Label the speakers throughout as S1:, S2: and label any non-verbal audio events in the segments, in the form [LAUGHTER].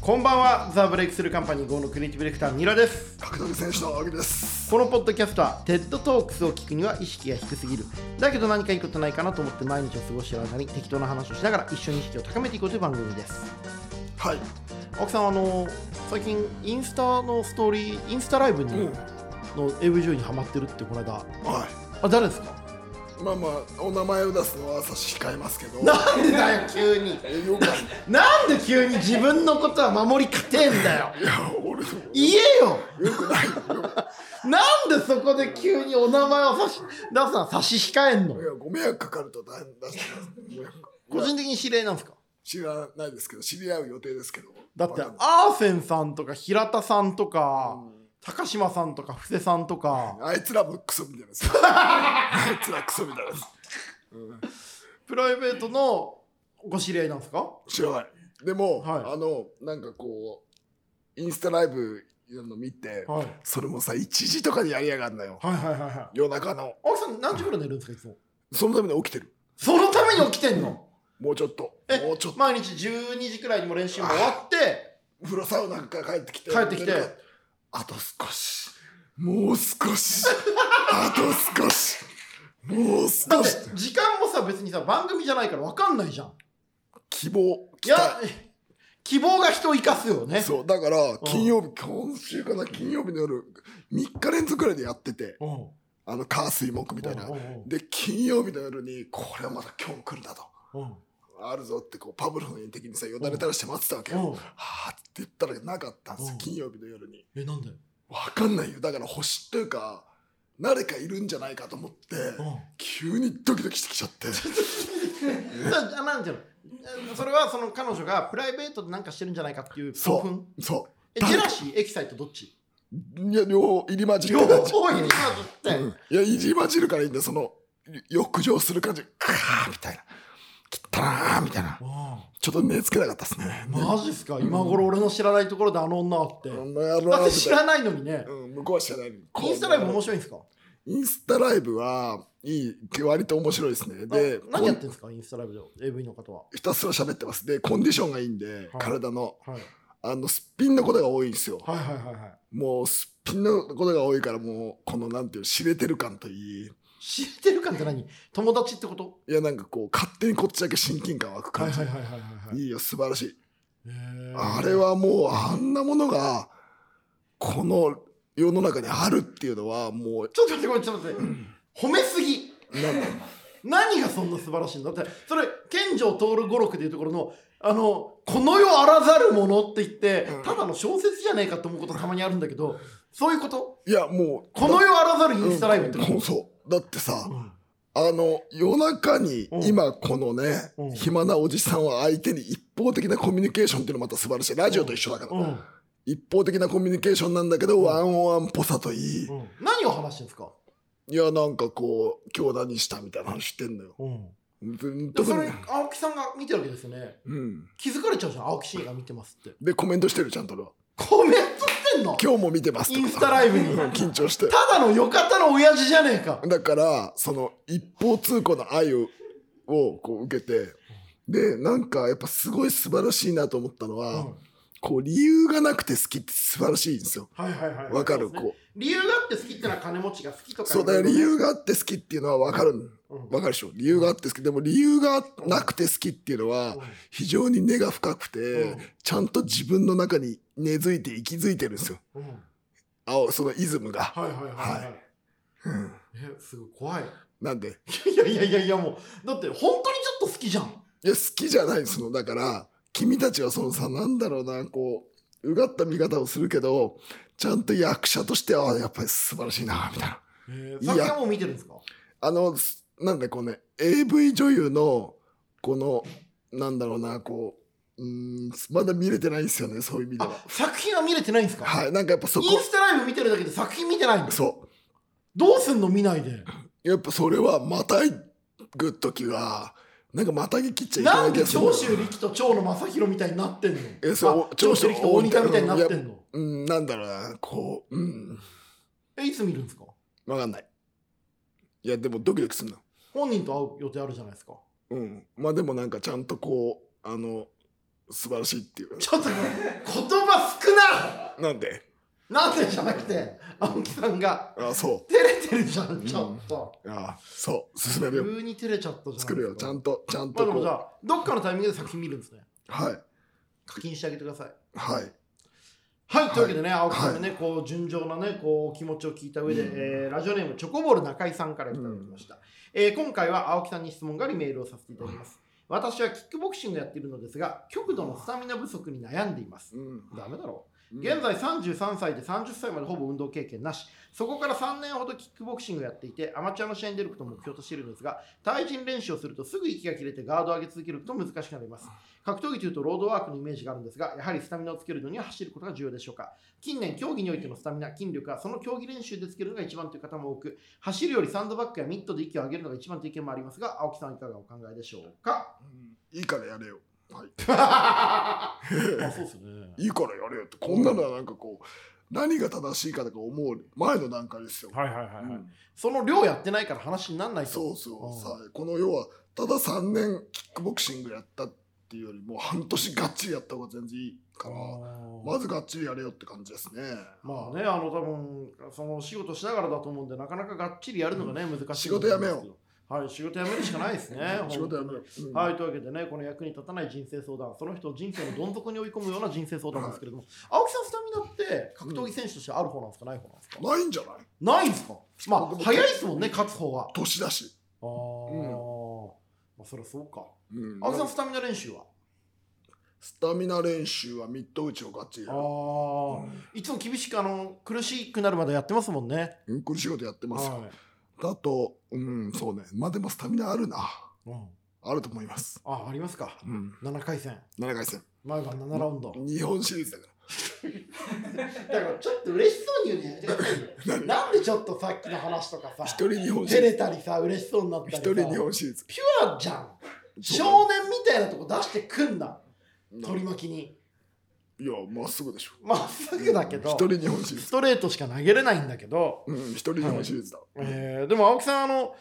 S1: こんばんはザ・ブレイクスルーカンパニー GO のクリエイティブディレクターニラです
S2: 格闘技選手の青木です
S1: このポッドキャストは TED トークスを聞くには意識が低すぎるだけど何かいいことないかなと思って毎日を過ごしている間に適当な話をしながら一緒に意識を高めていこうという番組です
S2: はい
S1: 奥さんあの最近インスタのストーリーインスタライブに、
S2: うん
S1: の AV 女優にハマってるってこの間
S2: は
S1: あ誰ですか
S2: いまあまあお名前を出すのは差し控えますけど
S1: なんでだよ急に
S2: えよかっ
S1: なんで急に自分のことは守り勝てんだよ
S2: たいや俺でも
S1: 言えよ
S2: よくないよ
S1: なんでそこで急にお名前を差し出すの差し控えんの
S2: いやご迷惑かかると大変出してますご迷惑
S1: 個人的に知り合いなんですか
S2: 知らないですけど知り合う予定ですけど
S1: だって
S2: まあでも
S1: アーセンさんとか平田さんとか、高島さんとか布施さんとか、
S2: あいつらもクソみたいなですあいつらクソみたいです、うん
S1: プライベートのご知り合いなんですか
S2: 知らないでも、
S1: はい
S2: あのなんかこうインスタライブやるの見て、
S1: はい
S2: それもさ1時とかにやりやがんのよ
S1: はいはいはいはい
S2: 夜中の
S1: 青木さん何時ぐらい寝るんですかいつも
S2: そのために起きてる
S1: そのために起きてんの
S2: もうちょっと
S1: え
S2: もうちょっと
S1: 毎日12時くらいにも練習も終わって
S2: 風呂サウナから帰ってきて
S1: 帰ってきて
S2: 寝るかあと少しもう少しあと少しもう
S1: だっ
S2: 少
S1: て
S2: し
S1: 時間もさ別にさ番組じゃないから分かんないじゃん
S2: 希望
S1: いや希望が人を生かすよね
S2: そうだから金曜日今週かな金曜日の夜3日連続ぐらいでやってて
S1: うん
S2: あの火水木みたいな
S1: うんうんうん
S2: で金曜日の夜にこれはまた今日来るだと
S1: うん
S2: あるぞってこうパブロフの的にさよだれ垂らして待ってたわけ
S1: うん
S2: よはあって言ったらなかったんです
S1: う
S2: よ
S1: ん
S2: 金曜日の夜に
S1: えなんだよ
S2: わかんないよだから星というか誰かいるんじゃないかと思って急にドキドキしてきちゃって
S1: さあなんていうのそれはその彼女がプライベートで何かしてるんじゃないかっていう興奮
S2: そうそ
S1: えジェラシーエキサイトどっち
S2: ういや両方入り混じって
S1: 両
S2: 感じ
S1: 方入り混じって、
S2: うんいや入り混じるからいいんだよその浴場する感じカーみたいな汚なーみたいなちょっと寝つけなかったですね
S1: マジっすか今頃俺の知らないところであの女って、
S2: この野郎みたい
S1: だ
S2: な
S1: って知らないのにね、
S2: うん、向こうは知らない
S1: インスタライブ面
S2: も
S1: 白いんですか
S2: インスタライブはいい割と面白いですねで
S1: あ何やって
S2: こ
S1: んですかインスタライブで AV の方は、
S2: んひたすら喋ってますでコンディションがいいんで、
S1: はい
S2: 体の
S1: はい、
S2: あのすっぴんのことが多いんですよ、
S1: はいはいはいはい
S2: もうすっぴんのことが多いからもうこのなんていうの知れてる感といい
S1: 知ってる感って何友達ってこと
S2: いやなんかこう勝手にこっちだけ親近感湧く感じ、
S1: いはいはい
S2: いいよ素晴らしい
S1: へー
S2: あれはもうあんなものがこの世の中にあるっていうのはもう
S1: ちょっと待ってごめんちょっと待って、褒めすぎ
S2: なんだろ
S1: 何がそんな素晴らしいんだだってそれ健城徹五六でいうところのあのこの世あらざるものって言って、
S2: うん
S1: ただの小説じゃねえかと思うことたまにあるんだけどそういうこと
S2: ういやもう
S1: この世あらざるインスタライブってこと、
S2: うんそうだってさ、
S1: うん
S2: あの夜中に
S1: うん
S2: 今このね、
S1: うん
S2: 暇なおじさんは相手に一方的なコミュニケーションっていうのまた素晴らしいラジオと一緒だから、
S1: うんうん
S2: 一方的なコミュニケーションなんだけど、ワンオンワンっぽさといい、
S1: 何を話してんですか、
S2: いやなんかこう今日何したみたいな話してんのようん
S1: で
S2: 特
S1: そ
S2: に
S1: れ青木さんが見てるわけですよね
S2: うん
S1: 気づかれちゃうじゃん青木真也が見てますって
S2: でコメントしてるちゃんと俺は
S1: コメントしてんの
S2: 今日も見てますとか
S1: インスタライブに
S2: うん緊張して
S1: ただのよかったの親父じゃねえか
S2: [LAUGHS] だからその一方通行の愛ををこう受けてでなんかやっぱすごい素晴らしいなと思ったのは、
S1: うん
S2: こう理由がなくて好きって素晴らしいんですよ
S1: はいはいはい
S2: わかる
S1: そうですね
S2: こ
S1: 理由があって好きってのは金持ちが好きと
S2: う
S1: か
S2: そうだよ
S1: いろい
S2: 理
S1: ろね
S2: 由があって好きっていうのはわかる
S1: うん
S2: わかるでしょ理由があって好きでも理由がなくて好きっていうのは
S1: うん
S2: 非常に根が深く
S1: う
S2: て
S1: ん
S2: ちゃんと自分の中に根付いて息づいてるんですよ
S1: うん
S2: あおそのイズムが、
S1: はいはいはいはい、
S2: はいうん
S1: えすごい怖い
S2: なんで
S1: いやいやいやいやもうだって本当にちょっと好きじゃん
S2: いや好きじゃないそのだから君たちはそのさなんだろうなこううがった見方をするけどちゃんと役者としてはやっぱり素晴らしいなみたいなー
S1: 作品もう見てるんですか
S2: あのすなんだこうね AV 女優のこのなんだろうなこううーんまだ見れてないんですよねそういう意味では
S1: あ作品は見れてないんですか、
S2: はいなんかやっぱそこ
S1: インスタライブ見てるだけで作品見てないんです
S2: そ
S1: どうすんの見ないで
S2: うやっぱそれはまたぐ時はなんかまたぎ切っちゃいけな
S1: ないん
S2: 気
S1: で
S2: がする
S1: 長州力と長野正弘みたいになってんの
S2: えそう
S1: あ長州力と大仁田みたいになって
S2: い
S1: んの
S2: うんなんだろうなこううん
S1: えいつ見るんですか
S2: わかんない。いや、でもドキドキするな。
S1: 本人と会う予定あるじゃないですか
S2: うん。まあでもなんかちゃんとこう、あの、素晴らしいっていう
S1: ちょっと言葉少
S2: なんで
S1: ななんでじゃなくて青木さんが
S2: あそ
S1: 照れてるじゃんちょっと、
S2: うあそう進めるよ
S1: 急に照れちゃったじゃん
S2: 作るよちゃんとちゃん
S1: まあ
S2: と
S1: で
S2: こ
S1: も
S2: う
S1: じゃあどっかのタイミングで作品見るんですね
S2: はい
S1: 課金してあげてください
S2: はい
S1: はい、というわけでね、青木さんのね、こう純情なね、こう気持ちを聞いた上で、
S2: うん
S1: えーラジオネームチョコボール中井さんからいただきました、えー今回は青木さんに質問がありメールをさせていただきます。私はキックボクシングをやっているのですが、極度のスタミナ不足に悩んでいます。
S2: うん
S1: ダメだろう。
S2: う
S1: 現
S2: ん
S1: 在33歳で30歳までほぼ運動経験なし、そこから3年ほどキックボクシングをやっていて、アマチュアの試合に出ることを目標としているのですが、対人練習をするとすぐ息が切れてガードを上げ続けると難しくなります。格闘技というとロードワークのイメージがあるんですが、やはりスタミナをつけるのには走ることが重要でしょうか。近年、競技においてのスタミナ、筋力はその競技練習でつけるのが一番という方も多く、走るよりサンドバッグやミットで息を上げるのが一番という意見もありますが、青木さんいかがお考えでしょうか
S2: いいからやれよはい
S1: [LAUGHS] あ、そうですね。
S2: いいからやれよってこんなのはなんかこう何が正しいかとか思う前の段階ですよ、
S1: はいはいはい、はい
S2: うん
S1: その量やってないから話にならないと。
S2: そうそうさ
S1: ん
S2: あこの要はただ3年キックボクシングやったっていうよりも半年がっちりやった方が全然いいからまずがっちりやれよって感じですね
S1: まあね、あの多分その仕事しながらだと思うんで、なかなかがっちりやるのがね、難しいと
S2: 仕事やめよう。
S1: 思うんですけど。はい、仕事やめるしかないですね
S2: 仕事やめよう、うん
S1: はい、というわけでね、この役に立たない人生相談、その人を人生のどん底に追い込むような人生相談ですけれども、青木さん、スタミナって格闘技選手としてある方なんですか、ない方なんですか
S2: ないんじゃない
S1: ないんですかまあ、
S2: 僕
S1: 早いですもんね、勝つ方は。
S2: 年だし、
S1: ああ、
S2: うん
S1: まあ、そりゃそうか。
S2: うん
S1: 青木さん、スタミナ練習は
S2: スタミナ練習はミッド打ちをがっちりやる
S1: ああ、いつも厳しく、あの、苦しくなるまでやってますもんね。
S2: うんこれ仕事やってますよ、
S1: はい。
S2: だとうんそうねまあでもスタミナあるな
S1: うん、
S2: あると思います、
S1: あ、ありますか。
S2: うん、
S1: 7回戦、
S2: 7回戦
S1: 前が7ラウンド。
S2: 日本シリーズだか
S1: だからちょっと嬉しそうに言うのやめて [LAUGHS] くださいよなんでちょっとさっきの話とかさ
S2: ら一人日本シ
S1: 照
S2: リーズ
S1: れたりさ嬉しそうになったり
S2: 一
S1: さ
S2: 人日本シリーズ
S1: ピュアじゃん少年みたいなとこ出してくんな取り巻きに
S2: いやまっすぐでしょ
S1: まっすぐだけど
S2: 一人日本シリー
S1: ス
S2: ズ
S1: トレートしか投げれないんだけど、
S2: うん一人日本シリーズだ、
S1: えーでも青木さんあの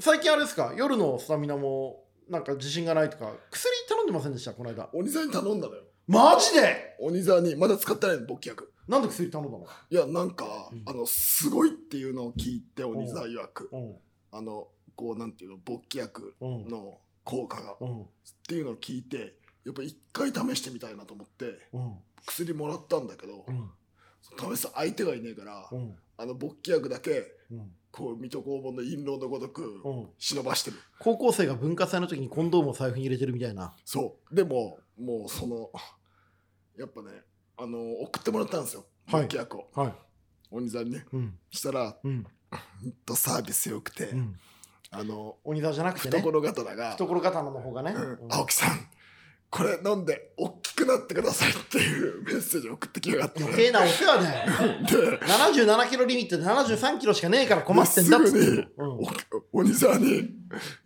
S1: 最近あれですか夜のスタミナもなんか自信がないとか薬頼んでませんでしたこの間
S2: 鬼座に頼んだのよ
S1: マジで
S2: 鬼座にまだ使ってないの勃起薬
S1: なんで薬頼んだの、
S2: いやなんか、
S1: うん
S2: あのすごいっていうのを聞いて鬼座曰く
S1: うん
S2: あのこうなんていうの勃起薬
S1: うん
S2: の効果がっ
S1: うん
S2: ていうのを聞いてやっぱ一回試してみたいなと思って
S1: うん
S2: 薬もらったんだけど、
S1: うん
S2: 試す相手がいねえから、
S1: うん
S2: あの勃起薬だけ
S1: うん
S2: こう水戸黄門の印籠のごとく
S1: うん
S2: 忍ばしてる、
S1: 高校生が文化祭の時にコンドームを財布に入れてるみたいな。
S2: そうでももうその [LAUGHS] やっぱねあの送ってもらったんですよ
S1: はい
S2: 勃起薬を
S1: はい。
S2: 鬼座にね
S1: うん。
S2: したら
S1: うん。
S2: ほんとサービスよくて、
S1: うん。
S2: あの
S1: 鬼座じゃなくてね。懐
S2: 懐刀が、
S1: 刀の方がね。
S2: うん
S1: うん
S2: 青木さんこれ飲んで大きくなってくださいっていう [LAUGHS] メッセージを送ってきやがって
S1: 余計なお世話だよ。
S2: で
S1: 77キロリミットで73キロしかねえから困ってんだっつって。
S2: すぐに
S1: [LAUGHS] うん
S2: お鬼沢に「い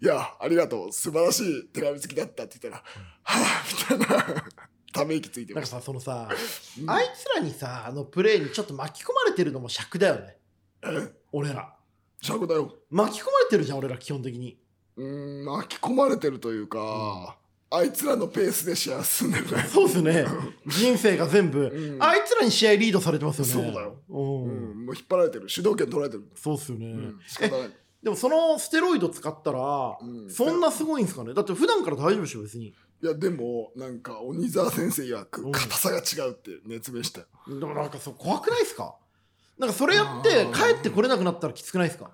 S2: やありがとう素晴らしい手紙好きだった」って言ったら「はあ」みたいなため息ついて
S1: なん
S2: ま
S1: か
S2: し
S1: さ、そのさ、
S2: た。
S1: あいつらにさ、あのプレーにちょっと巻き込まれてるのも尺だよね。
S2: え
S1: 俺ら。
S2: シャコだよ。
S1: 巻き込まれてるじゃん、俺ら基本的に。
S2: うーん巻き込まれてるというか、あいつらのペースで試合進んでるね。
S1: そうですね。人生が全部。
S2: うん
S1: あいつらに試合リードされてますよね。
S2: そうだよ。う
S1: うん。
S2: ん、もう引っ張られてる主導権取られてる、
S1: そうっすよね。
S2: うん、仕方ない、
S1: でもそのステロイド使ったら、
S2: うん
S1: そんなすごいんですかねだって普段から大丈夫でしょ別に
S2: いやでもなんか鬼沢先生曰
S1: う
S2: く
S1: ん
S2: 硬さが違うって熱弁したよ、
S1: でもなんかそう怖くないですかなんかそれやって
S2: あー
S1: 帰ってこれなくなったらきつくないですか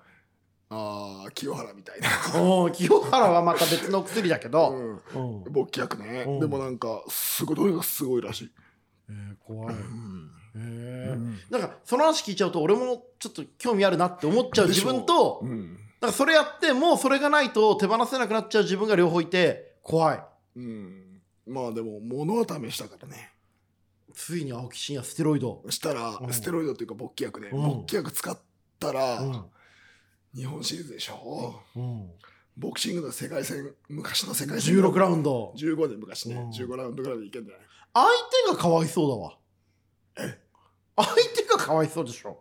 S2: ああ清原みたいな、
S1: おー清原はまた別の薬だけ
S2: う
S1: ど、
S2: ん、
S1: うん
S2: 勃起薬ね、
S1: うん
S2: でもなんかすごいとにかくすごいらしい、
S1: えー怖い、
S2: うん
S1: え
S2: うん
S1: なんかその話聞いちゃうと俺もちょっと興味あるなって思っちゃう
S2: でし
S1: 自
S2: ょ
S1: 分と、
S2: うん
S1: なんかそれやってもうそれがないと手放せなくなっちゃう自分が両方いて怖い
S2: うん、まあでも物は試したからね
S1: ついに青木真也ステロイド、
S2: したら
S1: うん
S2: ステロイドっていうか勃起薬ね、
S1: うん
S2: 勃起薬使ったら、
S1: うん
S2: 日本シリーズでしょ
S1: うん、
S2: ボクシングの世界戦昔の世界戦
S1: 16ラウンド
S2: 15年昔ね、
S1: うん
S2: 15ラウンドぐらいでいけんじゃない
S1: 相手がかわいそうだわ相手がかわいそうでしょ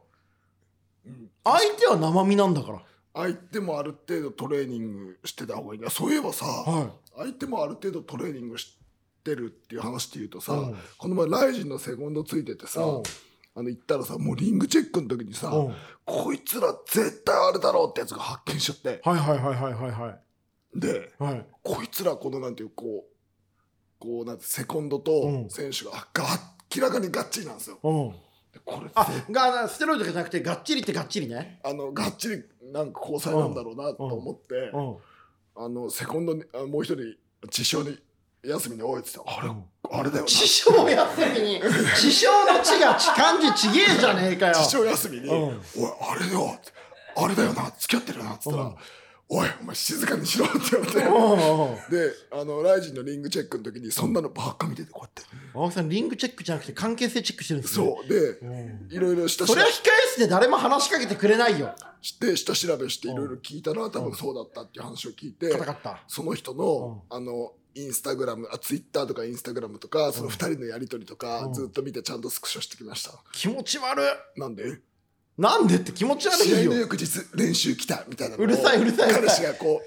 S2: うん
S1: 相手は生身なんだから
S2: 相手もある程度トレーニングしてた方がいいなそういえばさ
S1: は
S2: 相手もある程度トレーニングしってるっていう話で言うとさ、
S1: うん
S2: この前ライジンのセコンドついててさ、
S1: うん
S2: あの行ったらさもうリングチェックの時にさ、
S1: うん
S2: こいつら絶対あれだろうってやつが発見しちゃって
S1: はいはいはいはいはいは
S2: で
S1: いはい
S2: こいつらこのなんていうこうこうなんてセコンド
S1: う
S2: と
S1: ん
S2: 選手がが明らかにガッチリなんですよ。
S1: うん
S2: でこれ
S1: あがステロイドじゃなくてがっちりってがっちりね
S2: あのがっちりなんか交際なんだろうなと思って、
S1: うん
S2: あのセコンドにあもう一人地匠に休みにおいって言ってあれあれだよな
S1: 師匠休み [LAUGHS] に師匠の地が漢字ちげえじゃねえかよ
S2: 地匠休みに「
S1: うん
S2: おいあれよ」って「あれだよな付き合ってるよな」っつったら
S1: う
S2: 「
S1: ん
S2: おいお前静かにしろ」って言われて。
S1: うんうん
S2: であのライジンのリングチェックの時にそんなのばっか見ててこうやっ
S1: 青木さんリングチェックじゃなくて関係性チェックしてるんで
S2: て
S1: すね
S2: そうで
S1: うん
S2: いろいろ下
S1: そ
S2: 調
S1: れ
S2: べ
S1: は控え室で誰も話しかけてくれないよ
S2: して下調べしていろいろ聞いたら多分そうだったっていう話を聞いて
S1: 硬かった
S2: その人のあのインスタグラムあツイッターとかインスタグラムとかその2人のやり取りと
S1: う
S2: か
S1: ん
S2: ずっと見てちゃんとスクショしてきました
S1: 気持ち悪い
S2: なんで
S1: なんでって気持ち悪
S2: 試
S1: い
S2: 合
S1: よ
S2: の翌日練習来たみたいなのを
S1: うるさいうるさいうる
S2: 彼氏
S1: さい
S2: がこ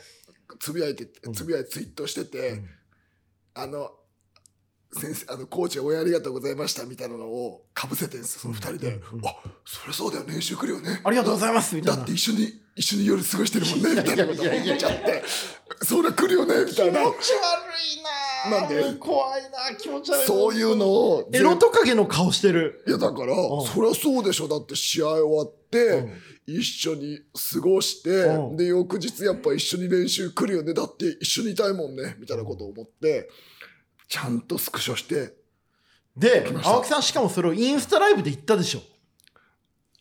S2: うつぶやいて
S1: うん
S2: つぶやいてツイートしてて、
S1: うん
S2: あの先生あのコーチ応援ありがとうございましたみたいなのをかぶせてんですその2人で、
S1: うんうん
S2: あそりゃそうだよ練習来るよね
S1: ありがとうございますみた
S2: だ
S1: いな
S2: って一緒に一緒に夜過ごしてるもんねみたいなことを
S1: いやいや
S2: 言
S1: いや
S2: っ
S1: い
S2: ち
S1: や
S2: ゃってそりゃ来るよねみ
S1: 気
S2: た
S1: 持
S2: いな
S1: ち悪いなぁ
S2: なんで
S1: 怖いなぁ気持ち悪いなぁ
S2: そういうのを
S1: エロトカゲの顔してる
S2: いやだから、
S1: うん
S2: そりゃそうでしょだって試合終わって、
S1: うん
S2: 一緒に過ごして、
S1: うん
S2: で翌日やっぱ一緒に練習来るよねだって一緒にいたいもんねみたいなことを思ってちゃんとスクショして
S1: で
S2: 来ました
S1: 青木さんしかもそれをインスタライブで言ったでしょ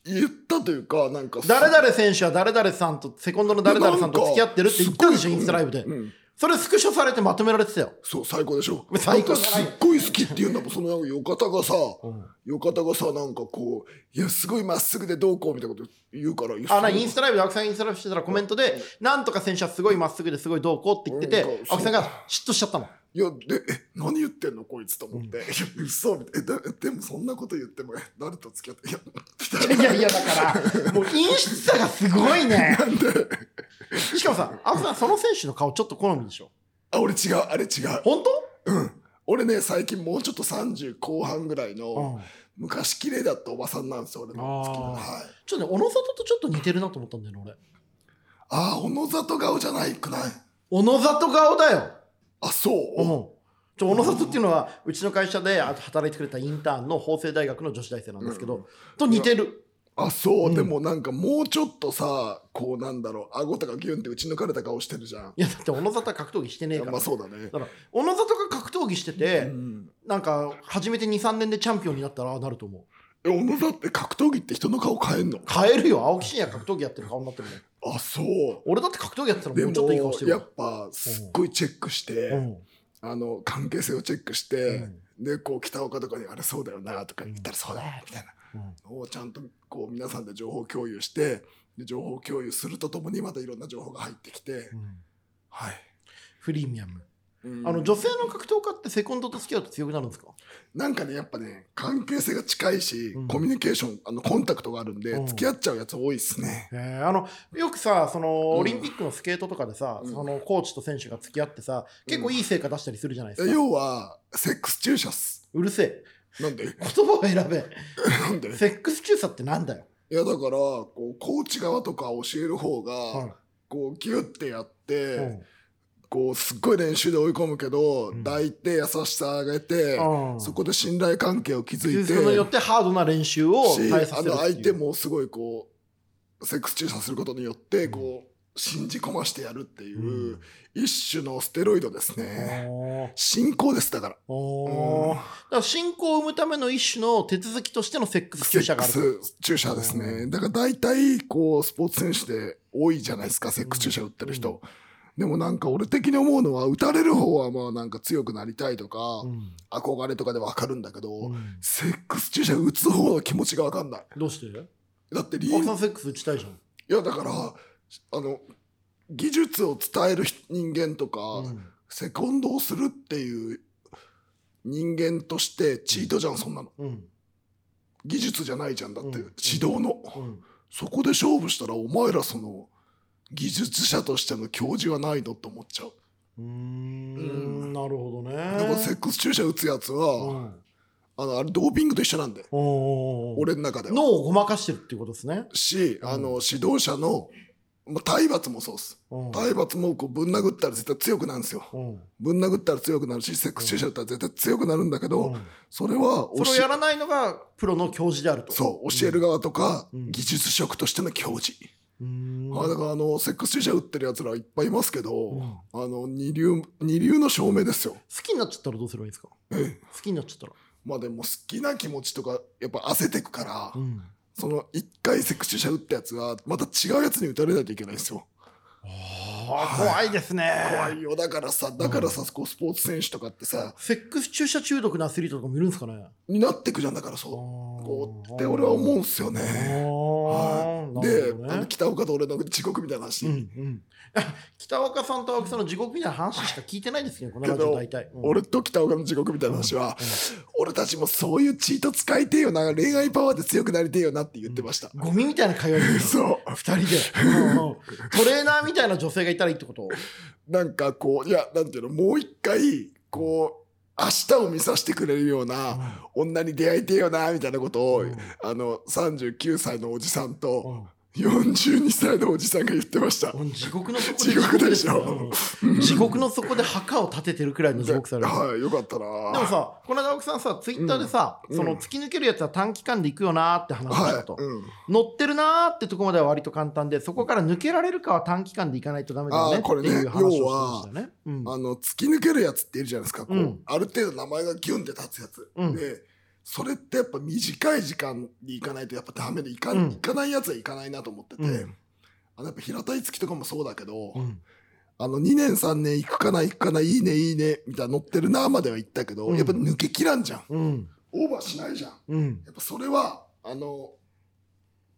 S2: 言ったというかなんか
S1: 誰々選手は誰々さんとセコンドの誰々さんと付き合ってるって言ったでしょインスタライブで、
S2: うん
S1: それスクショされてまとめられてたよ、
S2: そう最高でしょ
S1: 最高じゃない
S2: なんかすっごい好きっていうんだもんそのなんかよかたがさ
S1: うん
S2: よかたがさなんかこういやすごいまっすぐでどうこうみたいなこと言うから
S1: あなインス
S2: タ
S1: タライブで青木さんインスタライブしてたらコメントで、なんとか選手はすごいまっすぐですごいどうこうって言ってて、
S2: うん
S1: 青木さんが嫉妬しちゃったの。
S2: いやでえ何言ってんのこいつと思って、いや嘘みたいなえだでもそんなこと言ってもえ誰と付き合っていやみたい
S1: い
S2: な
S1: やいやだから、もう陰湿さがすごいね。
S2: なんで
S1: しかもさ、青木さん、その選手の顔ちょっと好みでしょ。
S2: [LAUGHS] あ俺違うあれ違う
S1: 本
S2: うん俺ね最近もうちょっと30後半ぐらいの、
S1: 当、うん、
S2: 昔綺麗だったおばさんなんですよ俺の好きな
S1: あー
S2: はい
S1: ちょっとね、小野里とちょっと似てるなと思ったんだよね、俺。
S2: あー小野里顔じゃないくない
S1: 小野里顔だよ。
S2: あそう、
S1: うん。ちょ小野里っていうのは、うちの会社であと働いてくれたインターンの法政大学の女子大生なんですけど、
S2: うん
S1: と似てる。
S2: あそう、
S1: うん
S2: でもなんかもうちょっとさこうなんだろう顎とかギュンって打ち抜かれた顔してるじゃん
S1: いや、だって小野里は格闘技してねえから。
S2: まあそうだね
S1: だから小野里が格闘技してて、
S2: うん
S1: なんか初めて23年でチャンピオンになったらああなると思う
S2: え小野里って格闘技って人の顔変えんの
S1: 変えるよ青木真也格闘技やってる顔になってるもん
S2: あそう
S1: 俺だって格闘技やってたら
S2: で
S1: もうちょっといい顔して
S2: も
S1: る
S2: や
S1: わ
S2: っぱすっごいチェックして、
S1: うん
S2: あの関係性をチェックし
S1: う
S2: て、
S1: ん
S2: でこう北岡とかにあれそうだよなとか言ったらそうだよみたいな
S1: うん
S2: のをちゃんとこう皆さんで情報共有してで情報共有するとともにまたいろんな情報が入ってきて、
S1: うん
S2: はい、
S1: フリーミアム、
S2: うん
S1: あの女性の格闘家ってセコンドと付き合うと強くなるんですか
S2: なんかねやっぱね関係性が近いし、
S1: うん
S2: コミュニケーションあのコンタクトがあるんで、
S1: うん
S2: 付き合っちゃうやつ多いっすね。
S1: えーあのよくさその
S2: うん
S1: オリンピックのスケートとかでさ、
S2: うん
S1: そのコーチと選手が付き合ってさ結構いい成果出したりするじゃないですか、
S2: 要はセックス注射っす。
S1: うるせえ
S2: なんで [LAUGHS]
S1: 言葉を選べ
S2: なんでい
S1: セックス中佐ってなんだよ、
S2: やだからこうコーチ側とか教える方が、こうギュッてやって、こうすっごい練習で追い込むけど、
S1: うん
S2: 抱いて優しさ上げて、
S1: うん
S2: そこで信頼関係を築いて。
S1: それによってハードな練習を
S2: し
S1: 耐えさ
S2: あ
S1: せる
S2: の
S1: っていう
S2: 相手もすごいこうセックス注射することによってこう信じ込ましてやるっていう、
S1: うん
S2: 一種のステロイドですね
S1: おー
S2: 進行ですだから
S1: おーだから進行を生むための一種の手続きとしてのセックス注射があ
S2: セ
S1: る
S2: ックス注射ですね、
S1: う
S2: だから大体こうスポーツ選手で多いじゃないですかセックス注射打ってる人、
S1: うん
S2: でもなんか俺的に思うのは打たれる方はまあなんか強くなりたいとか、
S1: うん
S2: 憧れとかでわかるんだけど、
S1: うん
S2: セックス注射打つ方の気持ちがわかんない
S1: どうして
S2: だってリー
S1: 青木
S2: グ
S1: さんセックス打ちたいじゃん
S2: いやだからあの技術を伝える人間とか、
S1: うん
S2: セコンドをするっていう人間としてチートじゃんそんなの
S1: うん
S2: 技術じゃないじゃんだって、
S1: うん
S2: 指導の、
S1: うん
S2: そこで勝負したらお前らその技術者としての教授はないのって思っちゃう
S3: うーんなるほどね。
S2: でもセックス注射打つやつ
S3: う
S2: は、
S3: ん
S2: あのあれドーピングと一緒なんで
S3: おーおーおー
S2: 俺の中では
S1: 脳をごまかしてるっていうことですね。
S2: しあの指導者の、まあ、体罰もそうです
S3: うん
S2: 体罰もこうぶん殴ったら絶対強くなるんですよ
S3: うん
S2: ぶん殴ったら強くなるしセックス注射打ったら絶対強くなるんだけど、
S3: うん
S2: それは
S1: それを
S2: 教え
S1: やらないのがプロの教授であると。
S2: そう教える側とか、
S3: うん
S2: 技術職としての教授、
S3: うーん
S2: あだからあのセックス注射打ってるやつらいっぱいいますけど、
S3: うん
S2: あの二流二流の証明ですよ
S1: 好きになっちゃったらどうすればいいですか好きになっちゃったら。
S2: まあでも好きな気持ちとかやっぱ焦ってくから、
S3: うん
S2: その一回セックス注射打ったやつはまた違うやつに打たれないといけないんですよ
S1: あー怖いですね。
S2: 怖いよだからさだからさ、こうスポーツ選手とかってさ
S1: セックス注射中毒のアスリートとかもいるんですかね
S2: になってくじゃんだからそうこうって俺は思うんすよ
S3: あ
S2: ね
S3: ーな
S2: で
S3: るほど
S2: あの
S3: ね。
S2: 北岡と俺の地獄みたいな話、
S3: うんうん
S1: [LAUGHS] 北岡さんと青木さんの地獄みたいな話しか聞いてないですね、このラジ
S2: け
S1: オ
S2: ど
S1: 大体。うん
S2: 俺と北岡の地獄みたいな話は、俺たちもそういうチート使いてえよな恋愛パワーで強くなりてえよなって言ってました、
S1: ゴミみたいな会話ですよ
S2: [LAUGHS] そう
S1: 二人で。うんうんトレーナーみたいな女性がいたらいいってこと
S2: なんかこういやなんていうのもう一回こう明日を見させてくれるような女に出会いてえよなみたいなことを、
S3: うん
S2: あの39歳のおじさん
S3: う
S2: と
S3: ん
S2: 42歳のおじさんが言ってました。
S1: うん地獄の底
S2: 地獄でしょ
S1: 地獄ですようん地獄の底で墓を立ててるくらいの地獄される。
S2: はい、よかったな
S1: でもさ、この間青木さんさ、ツイッターでさ、
S2: うん
S1: その突き抜けるやつは短期間で行くよなーって話した
S2: は
S1: と
S2: い、。うん、
S1: 乗ってるなーってとこまでは割と簡単で、そこから抜けられるかは短期間で行かないとダメだよね
S2: あー
S1: って
S2: これね
S1: いう話をしてましたよね。うん
S2: あの突き抜けるやつっているじゃないですかこう、
S1: うん
S2: ある程度名前がギュンって立つやつ、
S1: うん
S2: でそれってやっぱ短い時間に行かないとやっぱダメで行か,、
S1: うん
S2: 行かないやつは行かないなと思ってて、
S1: うん
S2: あのやっぱ平田樹とかもそうだけど、
S3: うん
S2: あの2年3年行くかな行くかないいねいいねみたいな乗ってるなまでは行ったけど、
S1: うん
S2: やっぱ抜けきらんじゃん
S1: うん。
S2: オーバーしないじゃん
S1: うん。
S2: やっぱそれはあの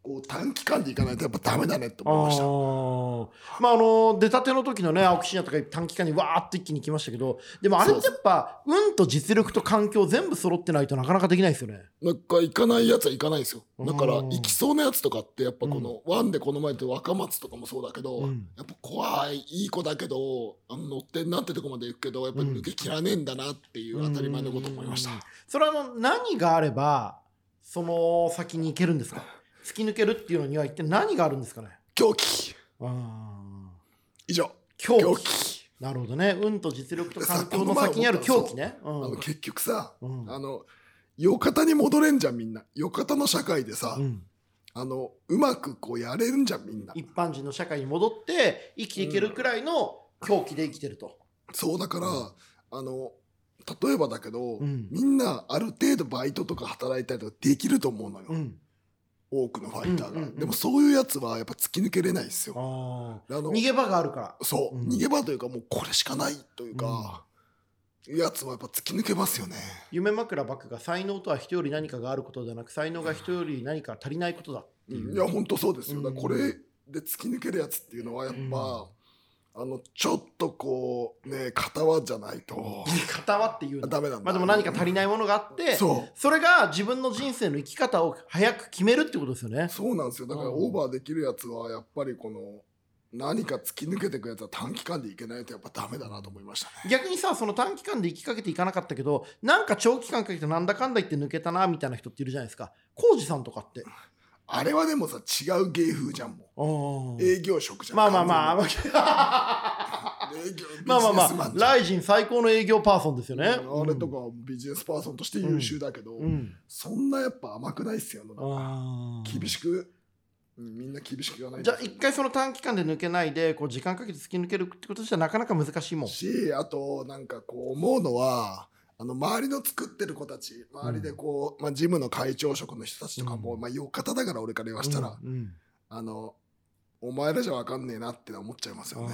S2: こう短期間で行かないとやっぱダメだねって
S1: あ
S2: 思いました
S1: ーまああの出たての時のね青木真也とか短期間にわーっと一気に来ましたけどでもあれってやっぱ運と実力と環境全部揃ってないとなかなかできないですよね。
S2: なんか行かないやつは行かないですよだから
S3: うん
S2: 行きそうなやつとかってやっぱこの、ワンでこの前って若松とかもそうだけど、
S3: うん
S2: やっぱ怖いいい子だけどあの乗ってんなってとこまで行くけどやっぱ抜けきらねえんだなっていう当たり前のこと思いました、
S1: うんそれはあの何があればその先に行けるんですか突き抜けるっていうのには一体何があるんですかね
S2: 狂気
S3: あ
S2: 以上
S1: 狂気
S2: 狂気、
S1: なるほどね運と実力と環境の先にある狂気ね。うん
S2: あの結局さ、
S3: うん
S2: あのよかたに戻れんじゃんみんなよかたの社会でさ、
S3: ーうん
S2: あのうまくこうやれるんじゃんみんな
S1: 一般人の社会に戻って生きていけるくらいの狂気で生きてると。
S2: そうだから、あの例えばだけど、
S3: うん
S2: みんなある程度バイトとか働いたりとかできると思うのよ、
S3: うん
S2: 多くのファイタ
S1: う
S2: ーが、
S1: んうんうん
S2: でもそういうやつはやっぱ突き抜けれないですよ
S3: あ
S2: あの
S1: 逃げ場があるから。
S2: そう、
S3: うん
S2: 逃げ場というかもうこれしかないというか、やつはやっぱ突き抜けますよね
S1: 夢枕幕が才能とは人より何かがあることではなく才能が人より何か足りないことだっていう、
S2: いや本当そうですよ、
S1: うん
S2: だからこれで突き抜けるやつっていうのはやっぱ、あのちょっとこうね片輪じゃないと
S1: 片輪っていうの
S2: ダメなんだ
S1: まあでも何か足りないものがあって
S2: そう
S1: それが自分の人生の生き方を早く決めるってことですよね
S2: そうなんですよだから
S1: うん
S2: オーバーできるやつはやっぱりこの何か突き抜けてくやつは短期間でいけないとやっぱダメだなと思いましたね
S1: 逆にさその短期間で生きかけていかなかったけどなんか長期間かけてなんだかんだ言って抜けたなみたいな人っているじゃないですか浩二さんとかって
S2: あれはでもさ違う芸風じゃんも
S3: あー
S2: う営業職じゃん
S1: まあまあまあ
S2: 完
S1: [LAUGHS]
S2: 全に営業
S1: まあまあま
S2: ビジネスマ
S1: あ
S2: ンじゃん
S1: ライジン最高の営業パーソンですよね、
S2: うんあれとかはビジネスパーソンとして優秀だけど、
S3: うん
S2: そんなやっぱ甘くないっすよなんか
S3: あー
S2: 厳しくうんみんな厳しく言わない
S1: じゃあ一回その短期間で抜けないでこう時間かけて突き抜けるってことじゃなかなか難しいもん
S2: しあとなんかこう思うのはあの周りの作ってる子たち周りでこう、まあ、ジムの会長職の人たちとかも、
S3: うん
S2: まあよかただから俺から言わしたら、
S3: うん
S2: あのお前らじゃ分かんねえなって思っちゃいますよね。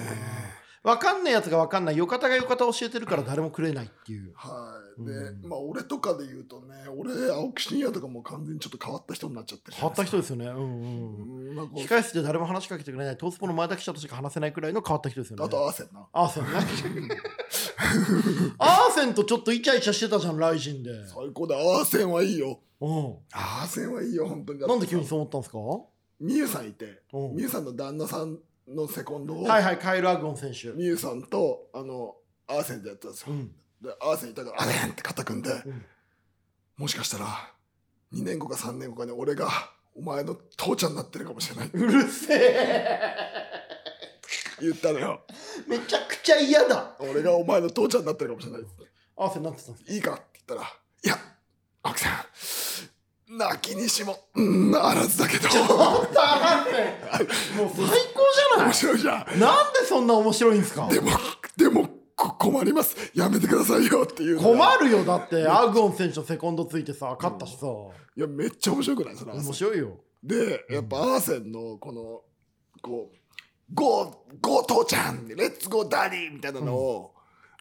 S1: わかんないやつがわかんないよかたがよかた教えてるから誰もくれないっていう
S2: はい、で、
S3: うん
S2: まあ俺とかで言うとね俺青木真也とかもう完全にちょっと変わった人になっちゃってる
S3: 変わった人ですすよねうんうん
S2: うんなんか
S1: 控え室で誰も話しかけてくれないトースポの前田記者としか話せないくらいの変わった人ですよね
S2: あと合わせんな、
S1: アーセンね
S2: [LAUGHS]
S1: アーセンとちょっとイチャイチャしてたじゃんライジンで
S2: 最高だ合わせんはいいよ
S3: うん
S2: 合わせんはいいよ本当に
S1: なんで急にそう思ったんですか
S2: みゆさんいて
S3: うん
S2: みゆさんの旦那さんのセコンドを、
S1: はいはい、カイル・アグオン選手。
S2: ミユさんとあのアーセンでやったんですよ
S3: う。ん
S2: でアーセンいたから「アーセン!」って肩組んで、
S3: ん
S2: もしかしたら2年後か3年後かに俺がお前の父ちゃんになってるかもしれないって
S1: うるせえ。
S2: 言ったのよ
S1: めちゃくちゃ嫌だ。
S2: 俺がお前の父ちゃんになってるかもしれないって
S1: アーセンなんて言って
S2: いいかって言ったら「いや青木さん泣きにしもうんあらずだけど
S1: たの。あんたアーセン。もう最高じゃな
S2: 面白いじゃん
S1: い。なんでそんな面白いんですか。
S2: でもでもこ困りますやめてくださいよ」っていうのが
S1: 困るよだってアグオン選手のセコンドついてさ勝ったしさ、
S2: いやめっちゃ面白くないそれ
S1: 面白いよ
S2: でやっぱアーセンのこのこう「ゴーゴー父ちゃんレッツゴーダディ」みたいなのを、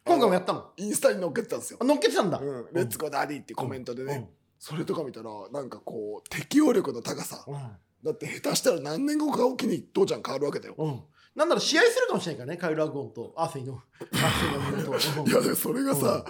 S1: 今回もやったの
S2: インスタに載っけてたんですよ
S1: あ。乗っけてたんだ、
S2: うんレッツゴーダディっていうコメントでね、
S3: うん
S2: それとか見たらなんかこう適応力の高さ
S3: うん
S2: だって下手したら何年後かおきに父ちゃん変わるわけだよ。
S1: うんなんなら試合するかもしれないからねカイル・アグオンとアーセイのアーセイの妹
S2: [LAUGHS] いやでそれがさ、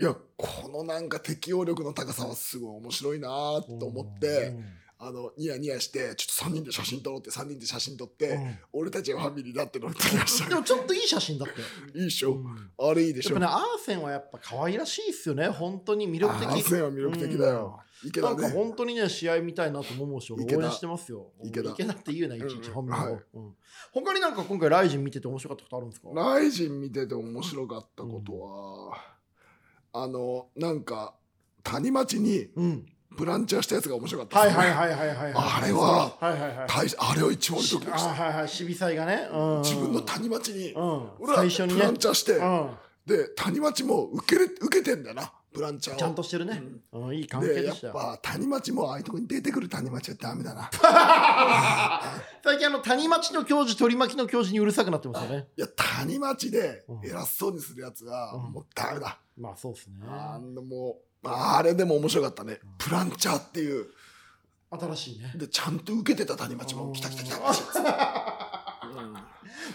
S2: いやこのなんか適応力の高さはすごい面白いなーと思って、あのニヤニヤしてちょっと3人で写真撮ろうって3人で写真撮って、
S3: うん
S2: 俺たちはファミリーだってのを撮りました
S1: でもちょっといい写真だったよ
S2: いいでし
S3: う
S2: ょ、
S3: ん
S2: あれいいでし
S1: やっ
S2: ょ
S1: ぱねアーセンはやっぱ可愛らしいっすよね本当に魅
S2: あ
S1: 力
S2: ー
S1: 的
S2: 線は魅力的だよ、池
S1: な
S2: 田
S1: んか
S2: ね
S1: 本当にね試合みたいなと思うし俺
S2: 池田
S1: 応援してますよ
S2: 池田
S1: うんって言うないちいち本名を、
S2: うんはい
S1: うん他になんか今回ライジン見てて面白かったことあるんですか
S2: ライジン見てて面白かったことは、あのなんか谷町に
S1: うん
S2: ブランチャーしたやつが面白かった
S1: はい
S2: ですね
S1: はいはいはいはいい
S2: あれは
S1: はいはいはい
S2: 大あれを一番俺ドキドキし
S1: あ
S2: た
S1: はいはい渋沢がね、うん、
S2: 自分の谷町に、
S1: うん、
S2: 俺ら
S1: 最初に
S2: ブ
S1: ね
S2: ラン、チャーして、
S1: うん、
S2: で谷町も受けれ受けてんだなブランチャーを
S1: ちゃんとしてるね、うん、いい関係
S2: で
S1: で
S2: や
S1: した
S2: っ
S1: よ
S2: ぱ谷町もああいうとこに出てくる谷町はダメだな
S1: 最近あの谷町の教授取り巻きの教授にうるさくなってますよね
S2: いや谷町で偉そうにするやつは
S3: うん
S2: もうダメだ、
S1: まあそうですね
S2: あのもうあれでも面白かったね、プランチャーっていう
S1: 新しいね
S2: でちゃんと受けてた谷町も来た来た来た [LAUGHS] 来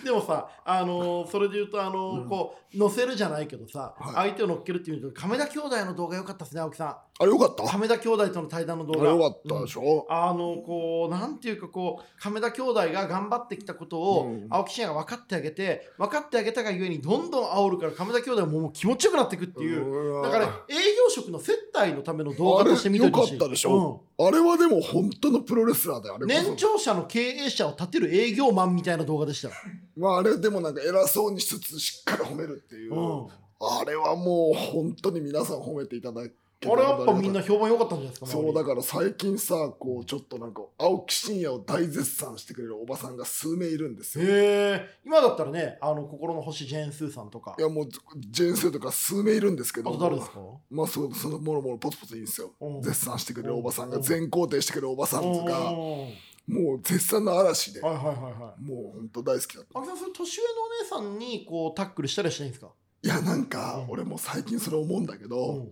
S1: でもさあのーそれで言うとあのー
S2: うん
S1: こう乗せるじゃないけどさ、
S2: はい
S1: 相手を乗っけるっていうのと亀田兄弟の動画良かったですね青木さ
S2: あれよかった
S1: ん
S2: あ
S1: 亀田兄弟との対談の動
S2: れ
S1: 画
S2: よかったでしょ、
S1: あのこうなんていうかこう亀田兄弟が頑張ってきたことを
S2: うん
S1: 青木真也が分かってあげて分かってあげたがゆえにどんどん煽るから亀田兄弟ももう気持ちよくなっていくっていう
S2: うわ
S1: だから営業職の接待のための動画として見てほしい
S2: あれ良かったでしょあれはでも本当のプロレスラーだよあ
S1: う
S2: れ
S1: ん
S2: こそ
S1: 年長者の経営者を立てる営業マンみたいな動画でした、
S2: まあ、あれでもなんか偉そうにしつつしっかり褒めるっていう、
S1: うん、あ
S2: あれはもう本当に皆さん褒めていただいて
S1: れやっぱみんな評判良かったんじゃないですか
S2: そうだ
S1: か
S2: から最近さこうちょっとなんか青木真也を大絶賛してくれるおばさんが数名いるんですよ
S1: へえ今だったらねあの心の星ジェーン・スーさんとか
S2: いやもうジェーン・スーとか数名いるんですけ
S1: あ
S2: ど
S1: と誰ですか
S2: まあそそのもろもろポツポツいいんですよ
S1: うん
S2: 絶賛してくれるおばさん
S1: う
S2: が
S1: ん
S2: 全肯定してくれるおばさん
S1: うん
S2: が
S1: はい
S2: もう絶賛の嵐で
S1: はいはいはい
S2: もう本当大好きだった
S1: 青木さんそれ年上のお姉さんにこうタックルしたりはしないんですか、
S2: いやなんか
S1: うん
S2: 俺も最近それ思うんだけ
S1: う
S2: ど
S1: ん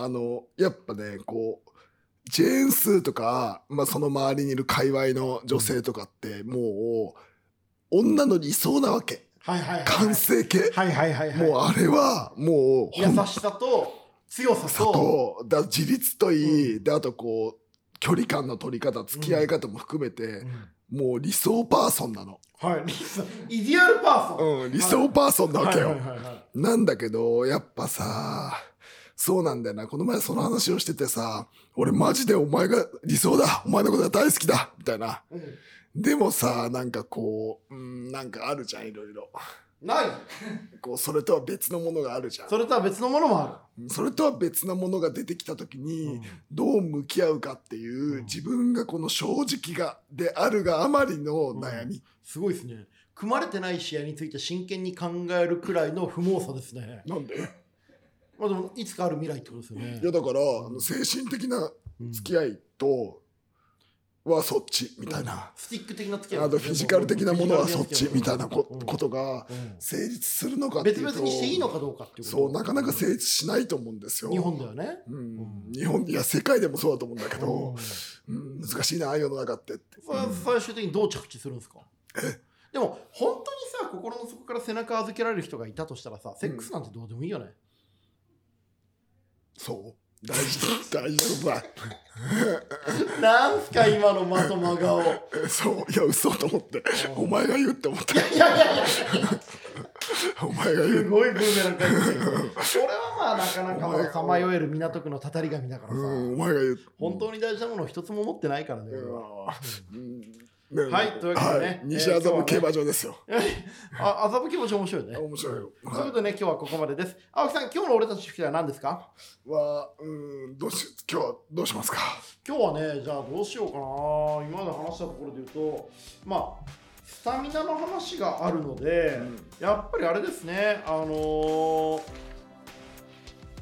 S2: あのやっぱねこうジェーン・スーとか、まあ、その周りにいる界隈の女性とかってもう女の理想なわけ
S1: はいはいはい
S2: 完成形、
S1: はいはいはいはい
S2: もうあれはもう
S1: 優しさと強さ
S2: さ
S1: と
S2: とだ自立といい、であとこう距離感の取り方付き合い方も含めて、もう理想パーソンなの、
S1: はい [LAUGHS] リスイディアルパーソン
S2: うん、理想パーソンなわけよ、
S1: はいはいはいはい
S2: なんだけどやっぱさそうなんだよなこの前その話をしててさ俺マジでお前が理想だお前のことが大好きだみたいな
S1: うん
S2: でもさなんかこう、うん、なんかあるじゃんいろいろ
S1: ない
S2: こうそれとは別のものがあるじゃん
S1: それとは別のものもあ
S2: それとは別なものが出てきた時にどう向き合うかっていう
S3: うん
S2: 自分がこの正直がであるがあまりの悩み
S1: るすごいですね組まれてない試合について真剣に考えるくらいの不毛さですね
S2: なんでい
S1: まあでもいつかある未来ってことですよね
S2: やだからあの精神的な付き合いとはそっちみたいな
S1: スティック的な付き合い
S2: あとフィジカル的なものはそっちみたいなこ
S1: うん
S2: ことが
S1: うん
S2: 成立するのかっていう
S1: 別々
S2: と
S1: にしていいのかどうかっていうこと
S2: そうなかなか成立しないと思うんですよ
S1: 日本ではね
S2: うん日本いや世界でもそうだと思うんだけ
S1: う
S2: ど
S1: ん、
S2: うん、難しいな世の中ってって
S1: それは最終的にどう着地するんですかでも本当にさ心の底から背中預けられる人がいたとしたらさセックスなんてどうでもいいよね、
S2: そう大事大事なこと
S1: なんすか今のまとま顔い
S2: だ [LAUGHS] えそういや嘘と思ってお前が言うって思った
S1: やいやいや
S2: お前が言
S1: す
S2: う
S1: ごいブーメラン返ってきたそれはまあなかなかまださまよえる港区のたたり神だからさ、
S2: うんお前が言う
S1: 本当に大事なものを一つも持ってないからね、俺は
S2: うんね
S1: はいというわけでね
S2: はい
S1: えー
S2: 西麻布競馬場ですよ
S1: あ麻布気持ち面白いね
S2: 面白いよ
S1: という
S2: は
S1: ことでね、今日はここまでです。青木さん、今日の俺たちの宿題は何ですか
S2: いはうんどうし今日はどうしますか
S1: 今日はね、じゃあどうしようかな。今まで話したところで言うと、まあ、スタミナの話があるので、
S2: うん
S1: やっぱりあれですね、あのー、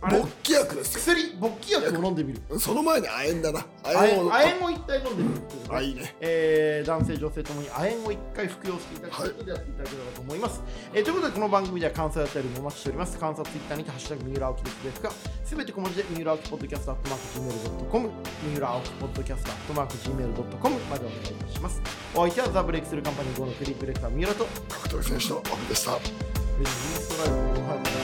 S1: あれ
S2: 勃起薬ですよ
S1: 薬、勃起薬を飲んでみる。
S2: その前に亜鉛だな
S1: 亜
S2: 亜
S1: 鉛
S2: 鉛を
S1: 亜鉛を一体飲んでみるっていうことね
S2: あいいね
S1: えー男性女性ともに亜鉛を1回服用していただくことでやっていただければと思います、えーということでこの番組では感想やったりもお待ちしております感想ツイッターにて「ハッシュタグ三浦青木です」ですがすべて小文字で三浦青木ポッドキャストアットマーク Gmail.com 三浦青木ポッドキャストアットマーク Gmail.com までお願いいたしますお相手はザ・ブレイクスルーカンパニー5のクリープレクター三浦と
S2: 格闘技選手の阿部でした
S1: ベジストライブの大原です